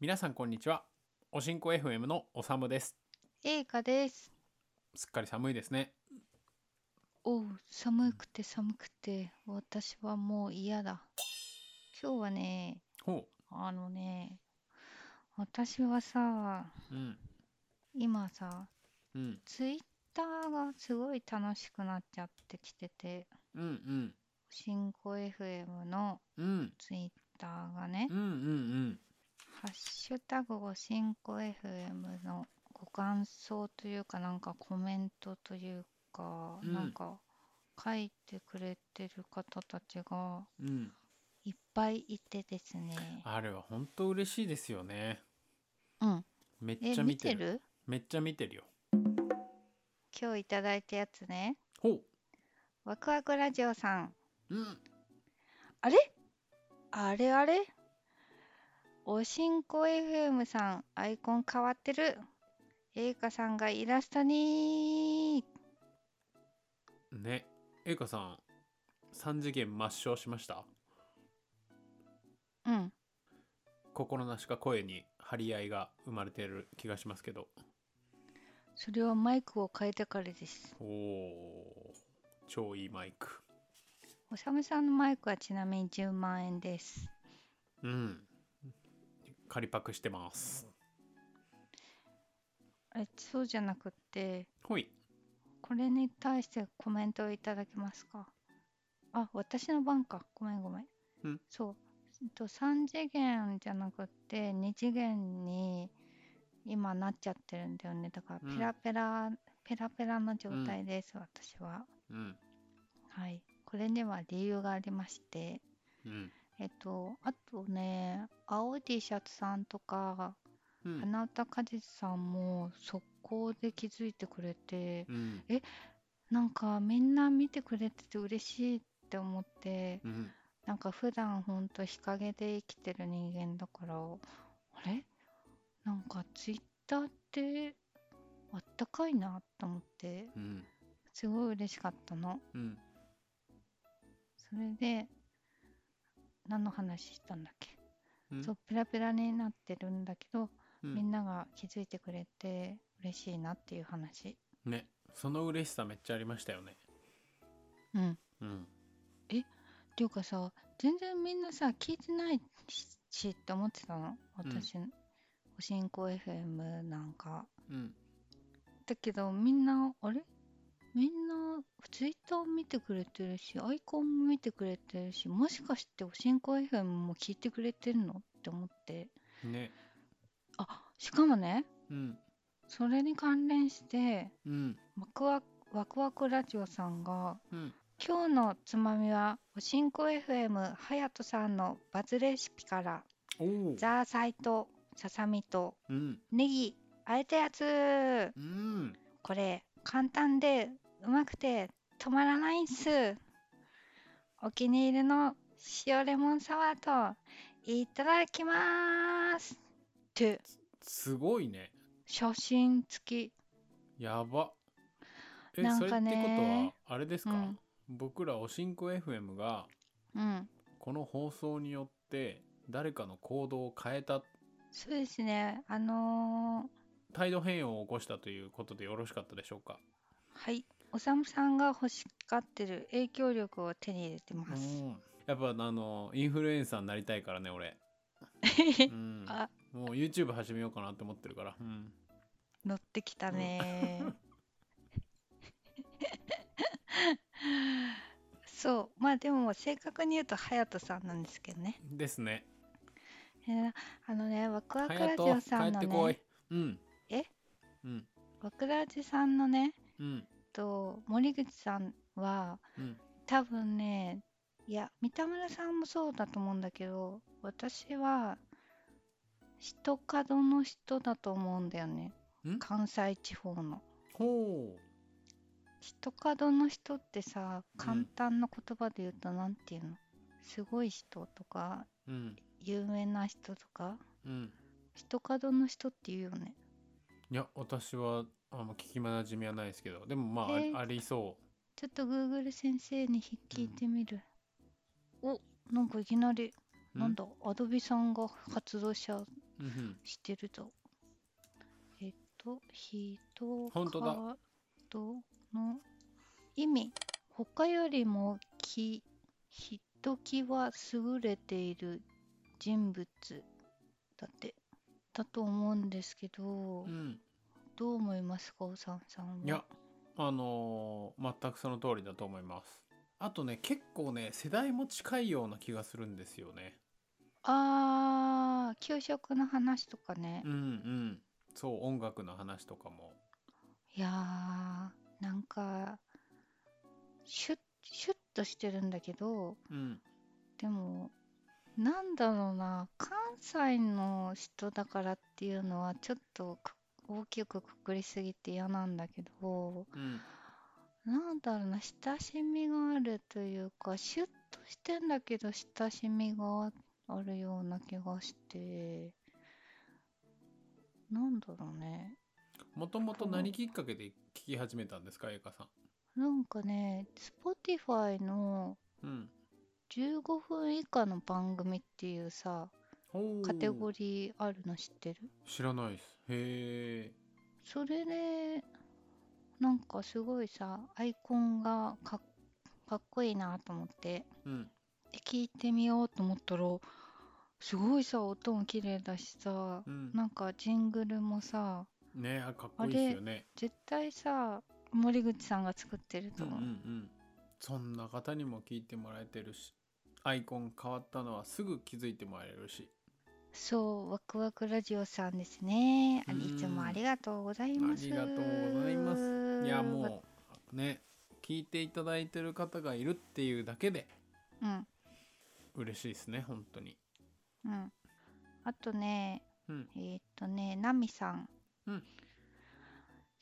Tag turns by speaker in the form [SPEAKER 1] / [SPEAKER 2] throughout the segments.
[SPEAKER 1] 皆さんこんにちはおしんこ FM のおさむです
[SPEAKER 2] 映画です。
[SPEAKER 1] すっかり寒いですね
[SPEAKER 2] おう、寒くて寒くて、私はもう嫌だ。今日はね、
[SPEAKER 1] ほ
[SPEAKER 2] あのね、私はさ、
[SPEAKER 1] ううん
[SPEAKER 2] 今さ、
[SPEAKER 1] うん
[SPEAKER 2] ツイッターがすごい楽しくなっちゃってきてて、
[SPEAKER 1] うんうん
[SPEAKER 2] 新語 FM の
[SPEAKER 1] うん
[SPEAKER 2] ツイッターがね
[SPEAKER 1] うんう、ん
[SPEAKER 2] ハッシュタグを新語 FM のご感想というか、なんかコメントというか、
[SPEAKER 1] うん
[SPEAKER 2] なんか書いてくれてる方たちが、
[SPEAKER 1] うんうん
[SPEAKER 2] いっぱいいてですね。
[SPEAKER 1] あれは本当嬉しいですよね
[SPEAKER 2] うん。
[SPEAKER 1] めっ
[SPEAKER 2] え、
[SPEAKER 1] ちゃ見
[SPEAKER 2] 見
[SPEAKER 1] て
[SPEAKER 2] て
[SPEAKER 1] る
[SPEAKER 2] る
[SPEAKER 1] めっちゃ見てるよ
[SPEAKER 2] 今日いただいたやつね。
[SPEAKER 1] ほ
[SPEAKER 2] ワクワクラジオさん。
[SPEAKER 1] ううん
[SPEAKER 2] あれあれあれおしんこ FM さん、アイコン変わってる。えいかさんがイラストに
[SPEAKER 1] ねえいかさん三次元抹消しました
[SPEAKER 2] うん。
[SPEAKER 1] 心なしか声に張り合いが生まれてる気がしますけど
[SPEAKER 2] それはマイクを変えたからです。
[SPEAKER 1] おお超いいマイク
[SPEAKER 2] おさむさんのマイクはちなみに10万円です。
[SPEAKER 1] うん仮パクしてます
[SPEAKER 2] え、そうじゃなくって、
[SPEAKER 1] ほい
[SPEAKER 2] これに対してコメントをいただけますかあ、私の番か。ごめんごめん。
[SPEAKER 1] うん
[SPEAKER 2] そう。えっと3次元じゃなくて2次元に今なっちゃってるんだよね。だから
[SPEAKER 1] うん
[SPEAKER 2] ペラペラ、ペラペラの状態です、私は。
[SPEAKER 1] うん
[SPEAKER 2] はい。これには理由がありまして。
[SPEAKER 1] うん
[SPEAKER 2] えっと、あとね、青い T シャツさんとか、
[SPEAKER 1] うん
[SPEAKER 2] 花歌果実さんも速攻で気づいてくれて、
[SPEAKER 1] うん
[SPEAKER 2] なんかみんな見てくれてて嬉しいって思って
[SPEAKER 1] うん
[SPEAKER 2] なんか普段ほんと日陰で生きてる人間だからあれなんかツイッターってあったかいなと思って
[SPEAKER 1] うん
[SPEAKER 2] すごい嬉しかったの
[SPEAKER 1] うん
[SPEAKER 2] それで何の話したんだっけ、
[SPEAKER 1] うん
[SPEAKER 2] そうペラペラになってるんだけど、
[SPEAKER 1] う
[SPEAKER 2] みん
[SPEAKER 1] ん
[SPEAKER 2] なが気づいてくれて嬉しいなっていう話
[SPEAKER 1] ねその嬉しさめっちゃありましたよね
[SPEAKER 2] うん
[SPEAKER 1] うん
[SPEAKER 2] っていうかさ全然みんなさ聞いてないしって思ってたの私、おしんこ FM なんか
[SPEAKER 1] うん
[SPEAKER 2] だけどみんなあれみんなツイッター見てくれてるしアイコンも見てくれてるしもしかしておしんこ FM も聞いてくれてるのって思って
[SPEAKER 1] ね
[SPEAKER 2] あしかもね
[SPEAKER 1] うん
[SPEAKER 2] それに関連して
[SPEAKER 1] うん
[SPEAKER 2] ワクワクワクワクラジオさんが
[SPEAKER 1] うん
[SPEAKER 2] 今日のつまみはおしんこ FM はやとさんのバズレシピから
[SPEAKER 1] おお
[SPEAKER 2] ザーサイとささみと
[SPEAKER 1] うん
[SPEAKER 2] ネギあえたやつ
[SPEAKER 1] うん
[SPEAKER 2] これ簡単でうまくて止まらないんすお気に入りの塩レモンサワーといただきますって
[SPEAKER 1] すごいね
[SPEAKER 2] 写真付き
[SPEAKER 1] やばえ
[SPEAKER 2] なん
[SPEAKER 1] それ
[SPEAKER 2] か
[SPEAKER 1] って
[SPEAKER 2] ね
[SPEAKER 1] ことはあれですか、
[SPEAKER 2] うん
[SPEAKER 1] 僕らおしんこ FM が
[SPEAKER 2] うん
[SPEAKER 1] この放送によって誰かの行動を変えた
[SPEAKER 2] そうですねあのー
[SPEAKER 1] 態度変容を起こしたということでよろしかったでしょうか
[SPEAKER 2] はいおさむさんが欲しがってる影響力を手に入れてます
[SPEAKER 1] やっぱあのインフルエンサーになりたいからね俺、うん、
[SPEAKER 2] あ
[SPEAKER 1] もう YouTube 始めようかなって思ってるから、うん、
[SPEAKER 2] 乗ってきたねー そうまあでも正確に言うと隼人さんなんですけどね、
[SPEAKER 1] ですね
[SPEAKER 2] えーあのねワクワク
[SPEAKER 1] 隼
[SPEAKER 2] ラジ
[SPEAKER 1] 人
[SPEAKER 2] オ
[SPEAKER 1] 帰
[SPEAKER 2] さん
[SPEAKER 1] っ
[SPEAKER 2] の
[SPEAKER 1] てこい
[SPEAKER 2] ね
[SPEAKER 1] うん
[SPEAKER 2] え
[SPEAKER 1] うん
[SPEAKER 2] ワクラジさんのね
[SPEAKER 1] うん
[SPEAKER 2] と森口さんは
[SPEAKER 1] うん
[SPEAKER 2] 多分ねいや三田村さんもそうだと思うんだけど私は人角の人だと思うんだよね
[SPEAKER 1] ん
[SPEAKER 2] 関西地方の
[SPEAKER 1] ほ
[SPEAKER 2] 人角の人ってさ
[SPEAKER 1] うん
[SPEAKER 2] 簡単な言葉で言うと何て言うの、すごい人とか
[SPEAKER 1] ううん
[SPEAKER 2] 有名な人とか
[SPEAKER 1] うん
[SPEAKER 2] 人角の人って言うよね
[SPEAKER 1] いや私はあの聞きなじみはないですけどでもまあ、
[SPEAKER 2] えー
[SPEAKER 1] ありそ
[SPEAKER 2] ちょっと Google 先生に聞いてみる、おなんかいきなり
[SPEAKER 1] う
[SPEAKER 2] なんだアドビさんが発動しちゃう
[SPEAKER 1] うん
[SPEAKER 2] してるぞ。えっと、人
[SPEAKER 1] ほんとだ
[SPEAKER 2] かどの意味。他よりもき、ひときわ優れている人物だって、だと思うんですけど、
[SPEAKER 1] うんうん
[SPEAKER 2] どう思いますか、おさんさんは。
[SPEAKER 1] いや、あのー全くその通りだと思いますあとね結構ね世代も近いような気がするんですよね
[SPEAKER 2] あー、給食の話とかね。
[SPEAKER 1] うんうんそう音楽の話とかも
[SPEAKER 2] いやー、なんか、シュッ、シュッとしてるんだけど、
[SPEAKER 1] うん
[SPEAKER 2] でもなんだろうな関西の人だからっていうのはちょっとく大きくくくりすぎて嫌なんだけど
[SPEAKER 1] うん
[SPEAKER 2] なんだろうな親しみがあるというかシュッとしてんだけど親しみがあるような気がしてなんだろうね
[SPEAKER 1] もともと何きっかけで聞き始めたんですかゆかさ
[SPEAKER 2] なんかね Spotify の
[SPEAKER 1] んうん
[SPEAKER 2] 15分以下の番組っていうさ
[SPEAKER 1] ほう
[SPEAKER 2] カテゴリーあるの知ってる
[SPEAKER 1] 知らないですへえ
[SPEAKER 2] それでなんかすごいさアイコンがかっかっこいいなと思って
[SPEAKER 1] うん
[SPEAKER 2] で聞いてみようと思ったらすごいさ音も綺麗だしさ
[SPEAKER 1] うん
[SPEAKER 2] なんかジングルもさ
[SPEAKER 1] ねあかっこいいですよね
[SPEAKER 2] 絶対さ森口さんが作ってる
[SPEAKER 1] う
[SPEAKER 2] と
[SPEAKER 1] んうん
[SPEAKER 2] 思
[SPEAKER 1] う
[SPEAKER 2] う、
[SPEAKER 1] んそんな方にも聞いてもらえてるしアイコン変わったのはすぐ気づいてもらえるし
[SPEAKER 2] そうワクワクラジオさんですねあ
[SPEAKER 1] うん
[SPEAKER 2] いつもありがとうございま
[SPEAKER 1] あ
[SPEAKER 2] す
[SPEAKER 1] りがとうございますいや
[SPEAKER 2] わ
[SPEAKER 1] もうね聞いていただいてる方がいるっていうだけで
[SPEAKER 2] うん
[SPEAKER 1] 嬉しいですね本当に
[SPEAKER 2] うんあとね
[SPEAKER 1] うん
[SPEAKER 2] えーっとね、ナミさん。
[SPEAKER 1] うん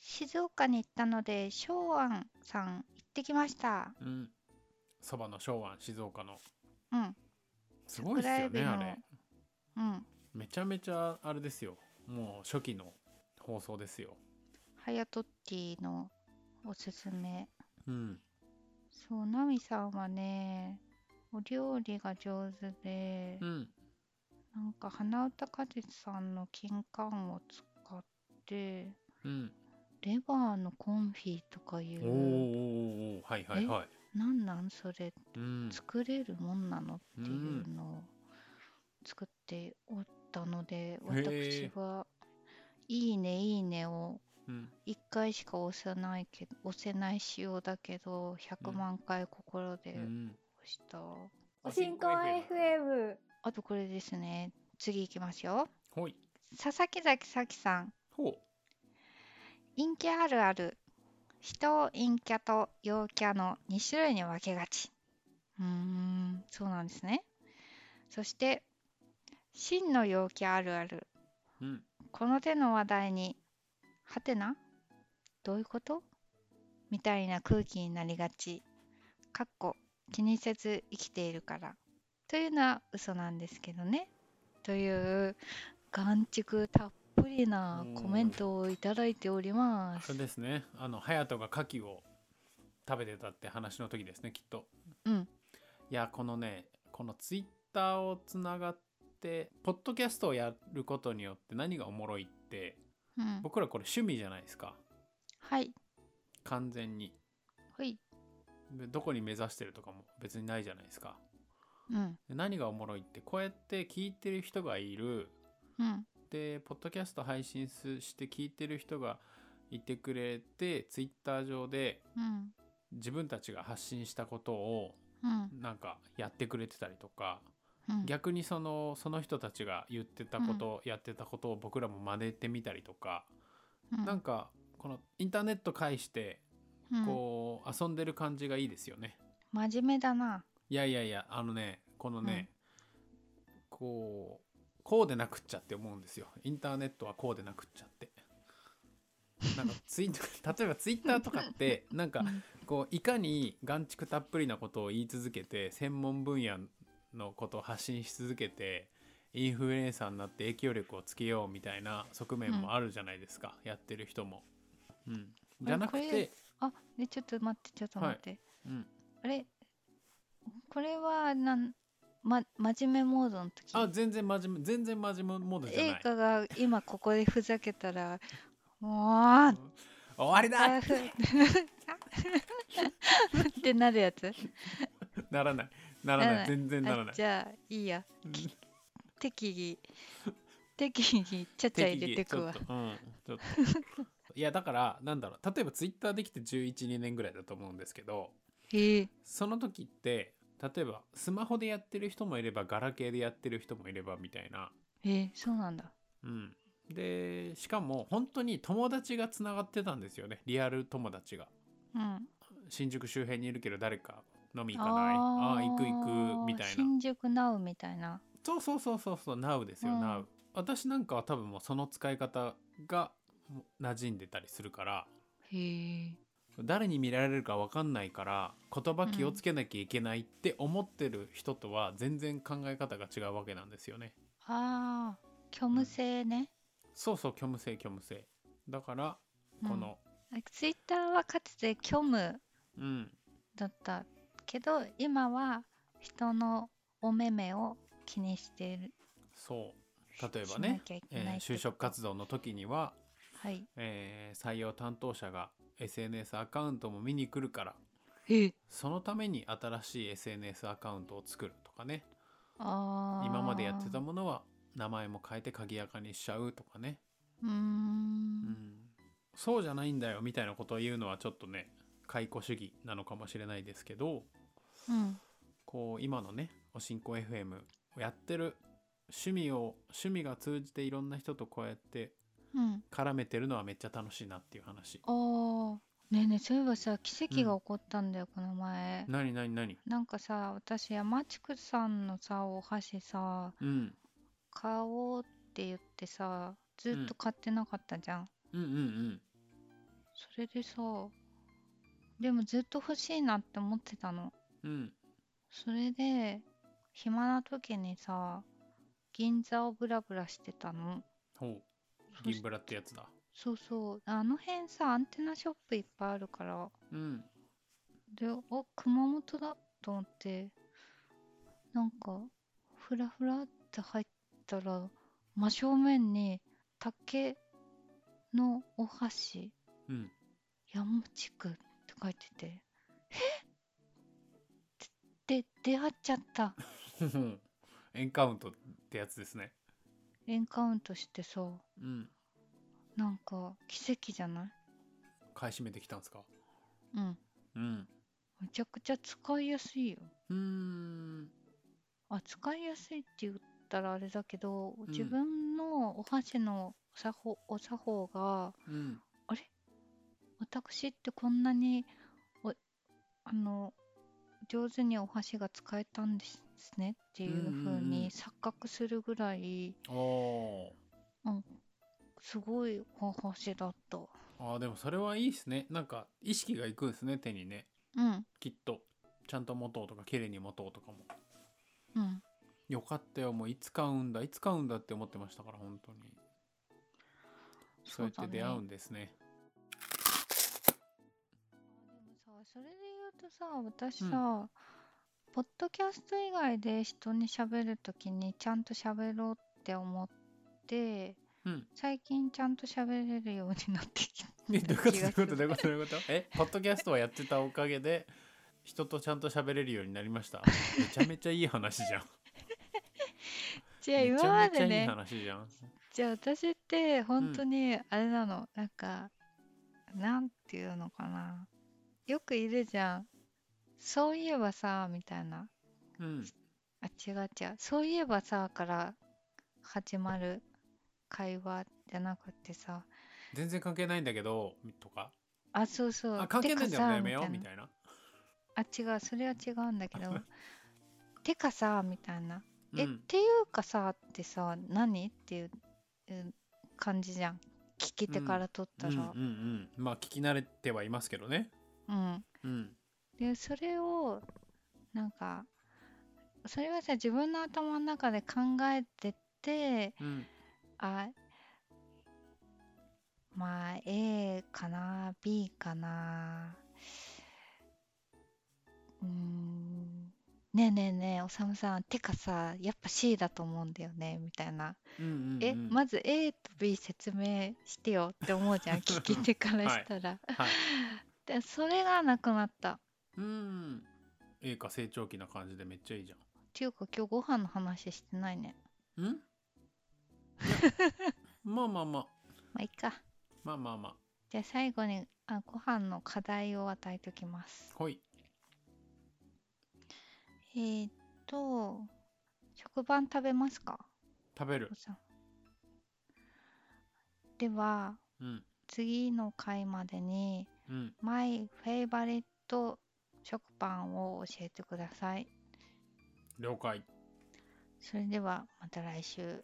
[SPEAKER 2] 静岡に行ったので、昭安さん行ってきました。
[SPEAKER 1] うんそばの昭和静岡の
[SPEAKER 2] うん、
[SPEAKER 1] すごいですよね
[SPEAKER 2] 桜
[SPEAKER 1] あ
[SPEAKER 2] エビの
[SPEAKER 1] れ
[SPEAKER 2] うん。
[SPEAKER 1] めちゃめちゃあれですよもう初期の放送ですよ
[SPEAKER 2] ハヤトッティのおすすめ。
[SPEAKER 1] うん
[SPEAKER 2] そう、ナミさんはね、お料理が上手で
[SPEAKER 1] う、ん
[SPEAKER 2] なんか花歌果実さんの金柑を使って、
[SPEAKER 1] うん
[SPEAKER 2] レバーのコンフィとかい
[SPEAKER 1] おーおー
[SPEAKER 2] う、
[SPEAKER 1] おーおーはいはいはい
[SPEAKER 2] なんなんそれ
[SPEAKER 1] うん
[SPEAKER 2] 作れるもんなのっていううのを作っておったので、
[SPEAKER 1] へえ
[SPEAKER 2] 私は「いいねいいね」を
[SPEAKER 1] うん
[SPEAKER 2] 1回しか押せないけど押せない仕様だけど100万回心で
[SPEAKER 1] う
[SPEAKER 2] 押
[SPEAKER 1] ん
[SPEAKER 2] した、
[SPEAKER 3] おしんこ FM。
[SPEAKER 2] あとこれですね次いきますよ
[SPEAKER 1] ほい
[SPEAKER 2] 佐々木崎咲さん
[SPEAKER 1] ほう
[SPEAKER 2] 陰キャあるある人を陰キャと陽キャの2種類に分けがちうーんそうなんですねそして真の陽キャあるある
[SPEAKER 1] うん
[SPEAKER 2] この手の話題にはてなどういうことみたいな空気になりがちかっこ気にせず生きているからというのは嘘なんですけどねという眼畜たっぷりなコメントをいただいておりま
[SPEAKER 1] そ
[SPEAKER 2] す
[SPEAKER 1] れですねあの隼人が牡蠣を食べてたって話の時ですねきっと
[SPEAKER 2] うん
[SPEAKER 1] いやこのねこのツイッターをつながってポッドキャストをやることによって何がおもろいって
[SPEAKER 2] うん
[SPEAKER 1] 僕らこれ趣味じゃないですか
[SPEAKER 2] はい
[SPEAKER 1] 完全に
[SPEAKER 2] ほい
[SPEAKER 1] でどこに目指してるとかも別にないじゃないですか
[SPEAKER 2] うん
[SPEAKER 1] で何がおもろいってこうやって聞いてる人がいる
[SPEAKER 2] うん
[SPEAKER 1] でポッドキャスト配信すして聞いてる人がいてくれてツイッター上で
[SPEAKER 2] うん
[SPEAKER 1] 自分たちが発信したことを
[SPEAKER 2] うん
[SPEAKER 1] なんかやってくれてたりとか
[SPEAKER 2] うん
[SPEAKER 1] 逆にそのその人たちが言ってたこと、やってたことを僕らも真似てみたりとか、
[SPEAKER 2] うん
[SPEAKER 1] なんかこのインターネット介して
[SPEAKER 2] うん
[SPEAKER 1] こう遊んでる感じがいいですよね。
[SPEAKER 2] 真面目だない
[SPEAKER 1] やいやいやあのねこのね、こうこうでなくっちゃって思うんですよインターネットはこうでなくっちゃって。なんかツイ 例えばツイッターとかってなんか
[SPEAKER 2] うん
[SPEAKER 1] こういかに眼畜たっぷりなことを言い続けて専門分野のことを発信し続けてインフルエンサーになって影響力をつけようみたいな側面もあるじゃないですか、やってる人も。うん、じゃなく
[SPEAKER 2] あれ
[SPEAKER 1] て、
[SPEAKER 2] あでちょっと待ってちょっと待って、
[SPEAKER 1] うん、
[SPEAKER 2] あれこれはなんま、真面目モードの時
[SPEAKER 1] あ全然真面目全然真面目モードじゃ
[SPEAKER 2] 映
[SPEAKER 1] ない
[SPEAKER 2] 画が今ここでふざけた らもう
[SPEAKER 1] 終わりだ
[SPEAKER 2] あふってなるやつ
[SPEAKER 1] ならないならな
[SPEAKER 2] ならないい
[SPEAKER 1] 全然なら
[SPEAKER 2] あ
[SPEAKER 1] ない
[SPEAKER 2] じゃあいいや
[SPEAKER 1] うん
[SPEAKER 2] 適宜適宜ちゃちゃ入れてくわ
[SPEAKER 1] 適宜ちょっとうんちょっといやだからなんだろう例えばツイッターできて112年ぐらいだと思うんですけど
[SPEAKER 2] へえ
[SPEAKER 1] その時って例えばスマホでやってる人もいればガラケーでやってる人もいればみたいな、
[SPEAKER 2] えーそうなんだ
[SPEAKER 1] うん、でしかも本当に友達がつながってたんですよねリアル友達が
[SPEAKER 2] うん
[SPEAKER 1] 新宿周辺にいるけど誰か飲み行かないああ
[SPEAKER 2] あー
[SPEAKER 1] ー行く行くみたいな
[SPEAKER 2] 新宿ナウみたいな
[SPEAKER 1] そうそうそうそうそう Now ですよ、
[SPEAKER 2] うん
[SPEAKER 1] Now 私なんかは多分もうその使い方がもう馴染んでたりするから
[SPEAKER 2] へえ
[SPEAKER 1] 誰に見られるか分かんないから言葉気をつけなきゃいけないって思ってる人とは全然考え方が違うわけなんですよね。
[SPEAKER 2] ああ虚無性ね、
[SPEAKER 1] そうそう虚無性虚無性だから
[SPEAKER 2] うん
[SPEAKER 1] この、
[SPEAKER 2] ツイッターはかつて虚無
[SPEAKER 1] うん
[SPEAKER 2] だったけど今は人のお目目を気にしてる
[SPEAKER 1] そう例えば
[SPEAKER 2] しな
[SPEAKER 1] ね、
[SPEAKER 2] きゃいけ
[SPEAKER 1] え
[SPEAKER 2] な
[SPEAKER 1] ー
[SPEAKER 2] いってこと
[SPEAKER 1] 就職活動の時には、
[SPEAKER 2] はい
[SPEAKER 1] えー採用担当者が SNS アカウントも見に来るから
[SPEAKER 2] え
[SPEAKER 1] そのために新しい SNS アカウントを作るとかね
[SPEAKER 2] あー
[SPEAKER 1] 今までやってたものは名前も変えて鍵やかにしちゃうとかね、
[SPEAKER 2] うー
[SPEAKER 1] うんん、そうじゃないんだよみたいなことを言うのはちょっとね解雇主義なのかもしれないですけど
[SPEAKER 2] うん
[SPEAKER 1] こう今のねおしんこ FM をやってる趣味を趣味が通じていろんな人とこうやって
[SPEAKER 2] うん
[SPEAKER 1] 絡めてるのはめっちゃ楽しいなっていう話
[SPEAKER 2] あーねえねえそういえばさ奇跡が起こったんだよ、この前
[SPEAKER 1] 何何何
[SPEAKER 2] なんかさ私山地区さんのさお箸さ
[SPEAKER 1] うん
[SPEAKER 2] 買おうって言ってさず
[SPEAKER 1] うん
[SPEAKER 2] っと買ってなかったじゃん、
[SPEAKER 1] うんうん
[SPEAKER 2] それでさでもずっと欲しいなって思ってたの
[SPEAKER 1] うんうん
[SPEAKER 2] それで暇な時にさ銀座をブラブラしてたの
[SPEAKER 1] ほう
[SPEAKER 2] そし
[SPEAKER 1] 銀ブラってやつだ
[SPEAKER 2] そうそうあの辺さアンテナショップいっぱいあるから
[SPEAKER 1] うん
[SPEAKER 2] でお熊本だと思ってなんかふらふらって入ったら真正面に竹のお箸
[SPEAKER 1] うん
[SPEAKER 2] 山地区って書いててえっで出会っちゃった
[SPEAKER 1] ほほん エンカウントってやつですね
[SPEAKER 2] エンカウントしてさ
[SPEAKER 1] うん
[SPEAKER 2] なんか奇跡じゃない
[SPEAKER 1] 買い占めてきたんですか
[SPEAKER 2] うん
[SPEAKER 1] うん
[SPEAKER 2] めちゃくちゃ使いやすいよ
[SPEAKER 1] うーん
[SPEAKER 2] あ使いやすいって言ったらあれだけど、
[SPEAKER 1] ん
[SPEAKER 2] 自分のお箸のお作法お作法が
[SPEAKER 1] うん
[SPEAKER 2] 私ってこんなにおあの上手にお箸が使えたんですねっていう
[SPEAKER 1] うんうん
[SPEAKER 2] 風
[SPEAKER 1] うん
[SPEAKER 2] に錯覚するぐらい
[SPEAKER 1] おー
[SPEAKER 2] すごいお箸だった。
[SPEAKER 1] あーでもそれはいいですねなんか意識がいくんですね手にね
[SPEAKER 2] うん
[SPEAKER 1] きっとちゃんと持とうとか綺麗に持とうとかも
[SPEAKER 2] うん
[SPEAKER 1] よかったよもういつ買うんだいつ買うんだって思ってましたから本当にそうやって出会うんですね
[SPEAKER 2] でもさそれで言うとさ私さ、ポッドキャスト以外で人に喋るときにちゃんと喋ろうって思って
[SPEAKER 1] うん
[SPEAKER 2] 最近ちゃんと喋れるようになってきた
[SPEAKER 1] えどういうこと
[SPEAKER 2] 気
[SPEAKER 1] どういう
[SPEAKER 2] がす
[SPEAKER 1] こ
[SPEAKER 2] る
[SPEAKER 1] とどういうことどういうことえポッドキャストはやってたおかげで人とちゃんと喋れるようになりましためちゃめちゃいい話じゃん
[SPEAKER 2] じゃあ
[SPEAKER 1] め
[SPEAKER 2] 今
[SPEAKER 1] ち
[SPEAKER 2] ま
[SPEAKER 1] ゃめちゃい
[SPEAKER 2] で
[SPEAKER 1] い
[SPEAKER 2] ね
[SPEAKER 1] 話じゃん
[SPEAKER 2] じゃあ私って本当にあれなの、なんかなんていうのかなよくいるじゃんそういえばさみたいな
[SPEAKER 1] うん
[SPEAKER 2] あ違う違うそういえばさから始まる会話じゃなくてさ
[SPEAKER 1] 全然関係ないんだけどとか
[SPEAKER 2] あそうそう
[SPEAKER 1] あ関係ないんだよ
[SPEAKER 2] てか
[SPEAKER 1] ね
[SPEAKER 2] さ
[SPEAKER 1] やめようみ
[SPEAKER 2] みた
[SPEAKER 1] たいな
[SPEAKER 2] あ違うそれは違うんだ けどてかさみたいな、え
[SPEAKER 1] う
[SPEAKER 2] っ
[SPEAKER 1] ん
[SPEAKER 2] ていうかさってさ何っていううん感じじゃん聞き手から取った
[SPEAKER 1] うんうん
[SPEAKER 2] ら
[SPEAKER 1] うんまあ聞き慣れてはいますけどね
[SPEAKER 2] うん
[SPEAKER 1] うん
[SPEAKER 2] でそれをなんかそれはさ自分の頭の中で考えてて
[SPEAKER 1] うん
[SPEAKER 2] あまあ A かな B かなうーんねえねえねえおさむさんてかさやっぱ C だと思うんだよねみたいな
[SPEAKER 1] うんうんうん
[SPEAKER 2] えまず A と B 説明してよって思うじ ゃん聞き手からしたら、
[SPEAKER 1] はい
[SPEAKER 2] でそれがなくなったっ
[SPEAKER 1] うん。ええか成長期な感じでめっちゃいいじゃ
[SPEAKER 2] ていうか今日ご飯の話してないね
[SPEAKER 1] ん。ん？いや まあまあまあ
[SPEAKER 2] まあいいか
[SPEAKER 1] まあまあま
[SPEAKER 2] じゃあ最後にあご飯の課題を与えておきます
[SPEAKER 1] あ。はい。
[SPEAKER 2] えー、っと食パン食べますか
[SPEAKER 1] 食べ
[SPEAKER 2] お
[SPEAKER 1] る
[SPEAKER 2] 父。さんでは
[SPEAKER 1] うん
[SPEAKER 2] 次の回までに
[SPEAKER 1] うん。
[SPEAKER 2] マイフェイバリット食パンを教えてください
[SPEAKER 1] 了解。
[SPEAKER 2] それではまた来週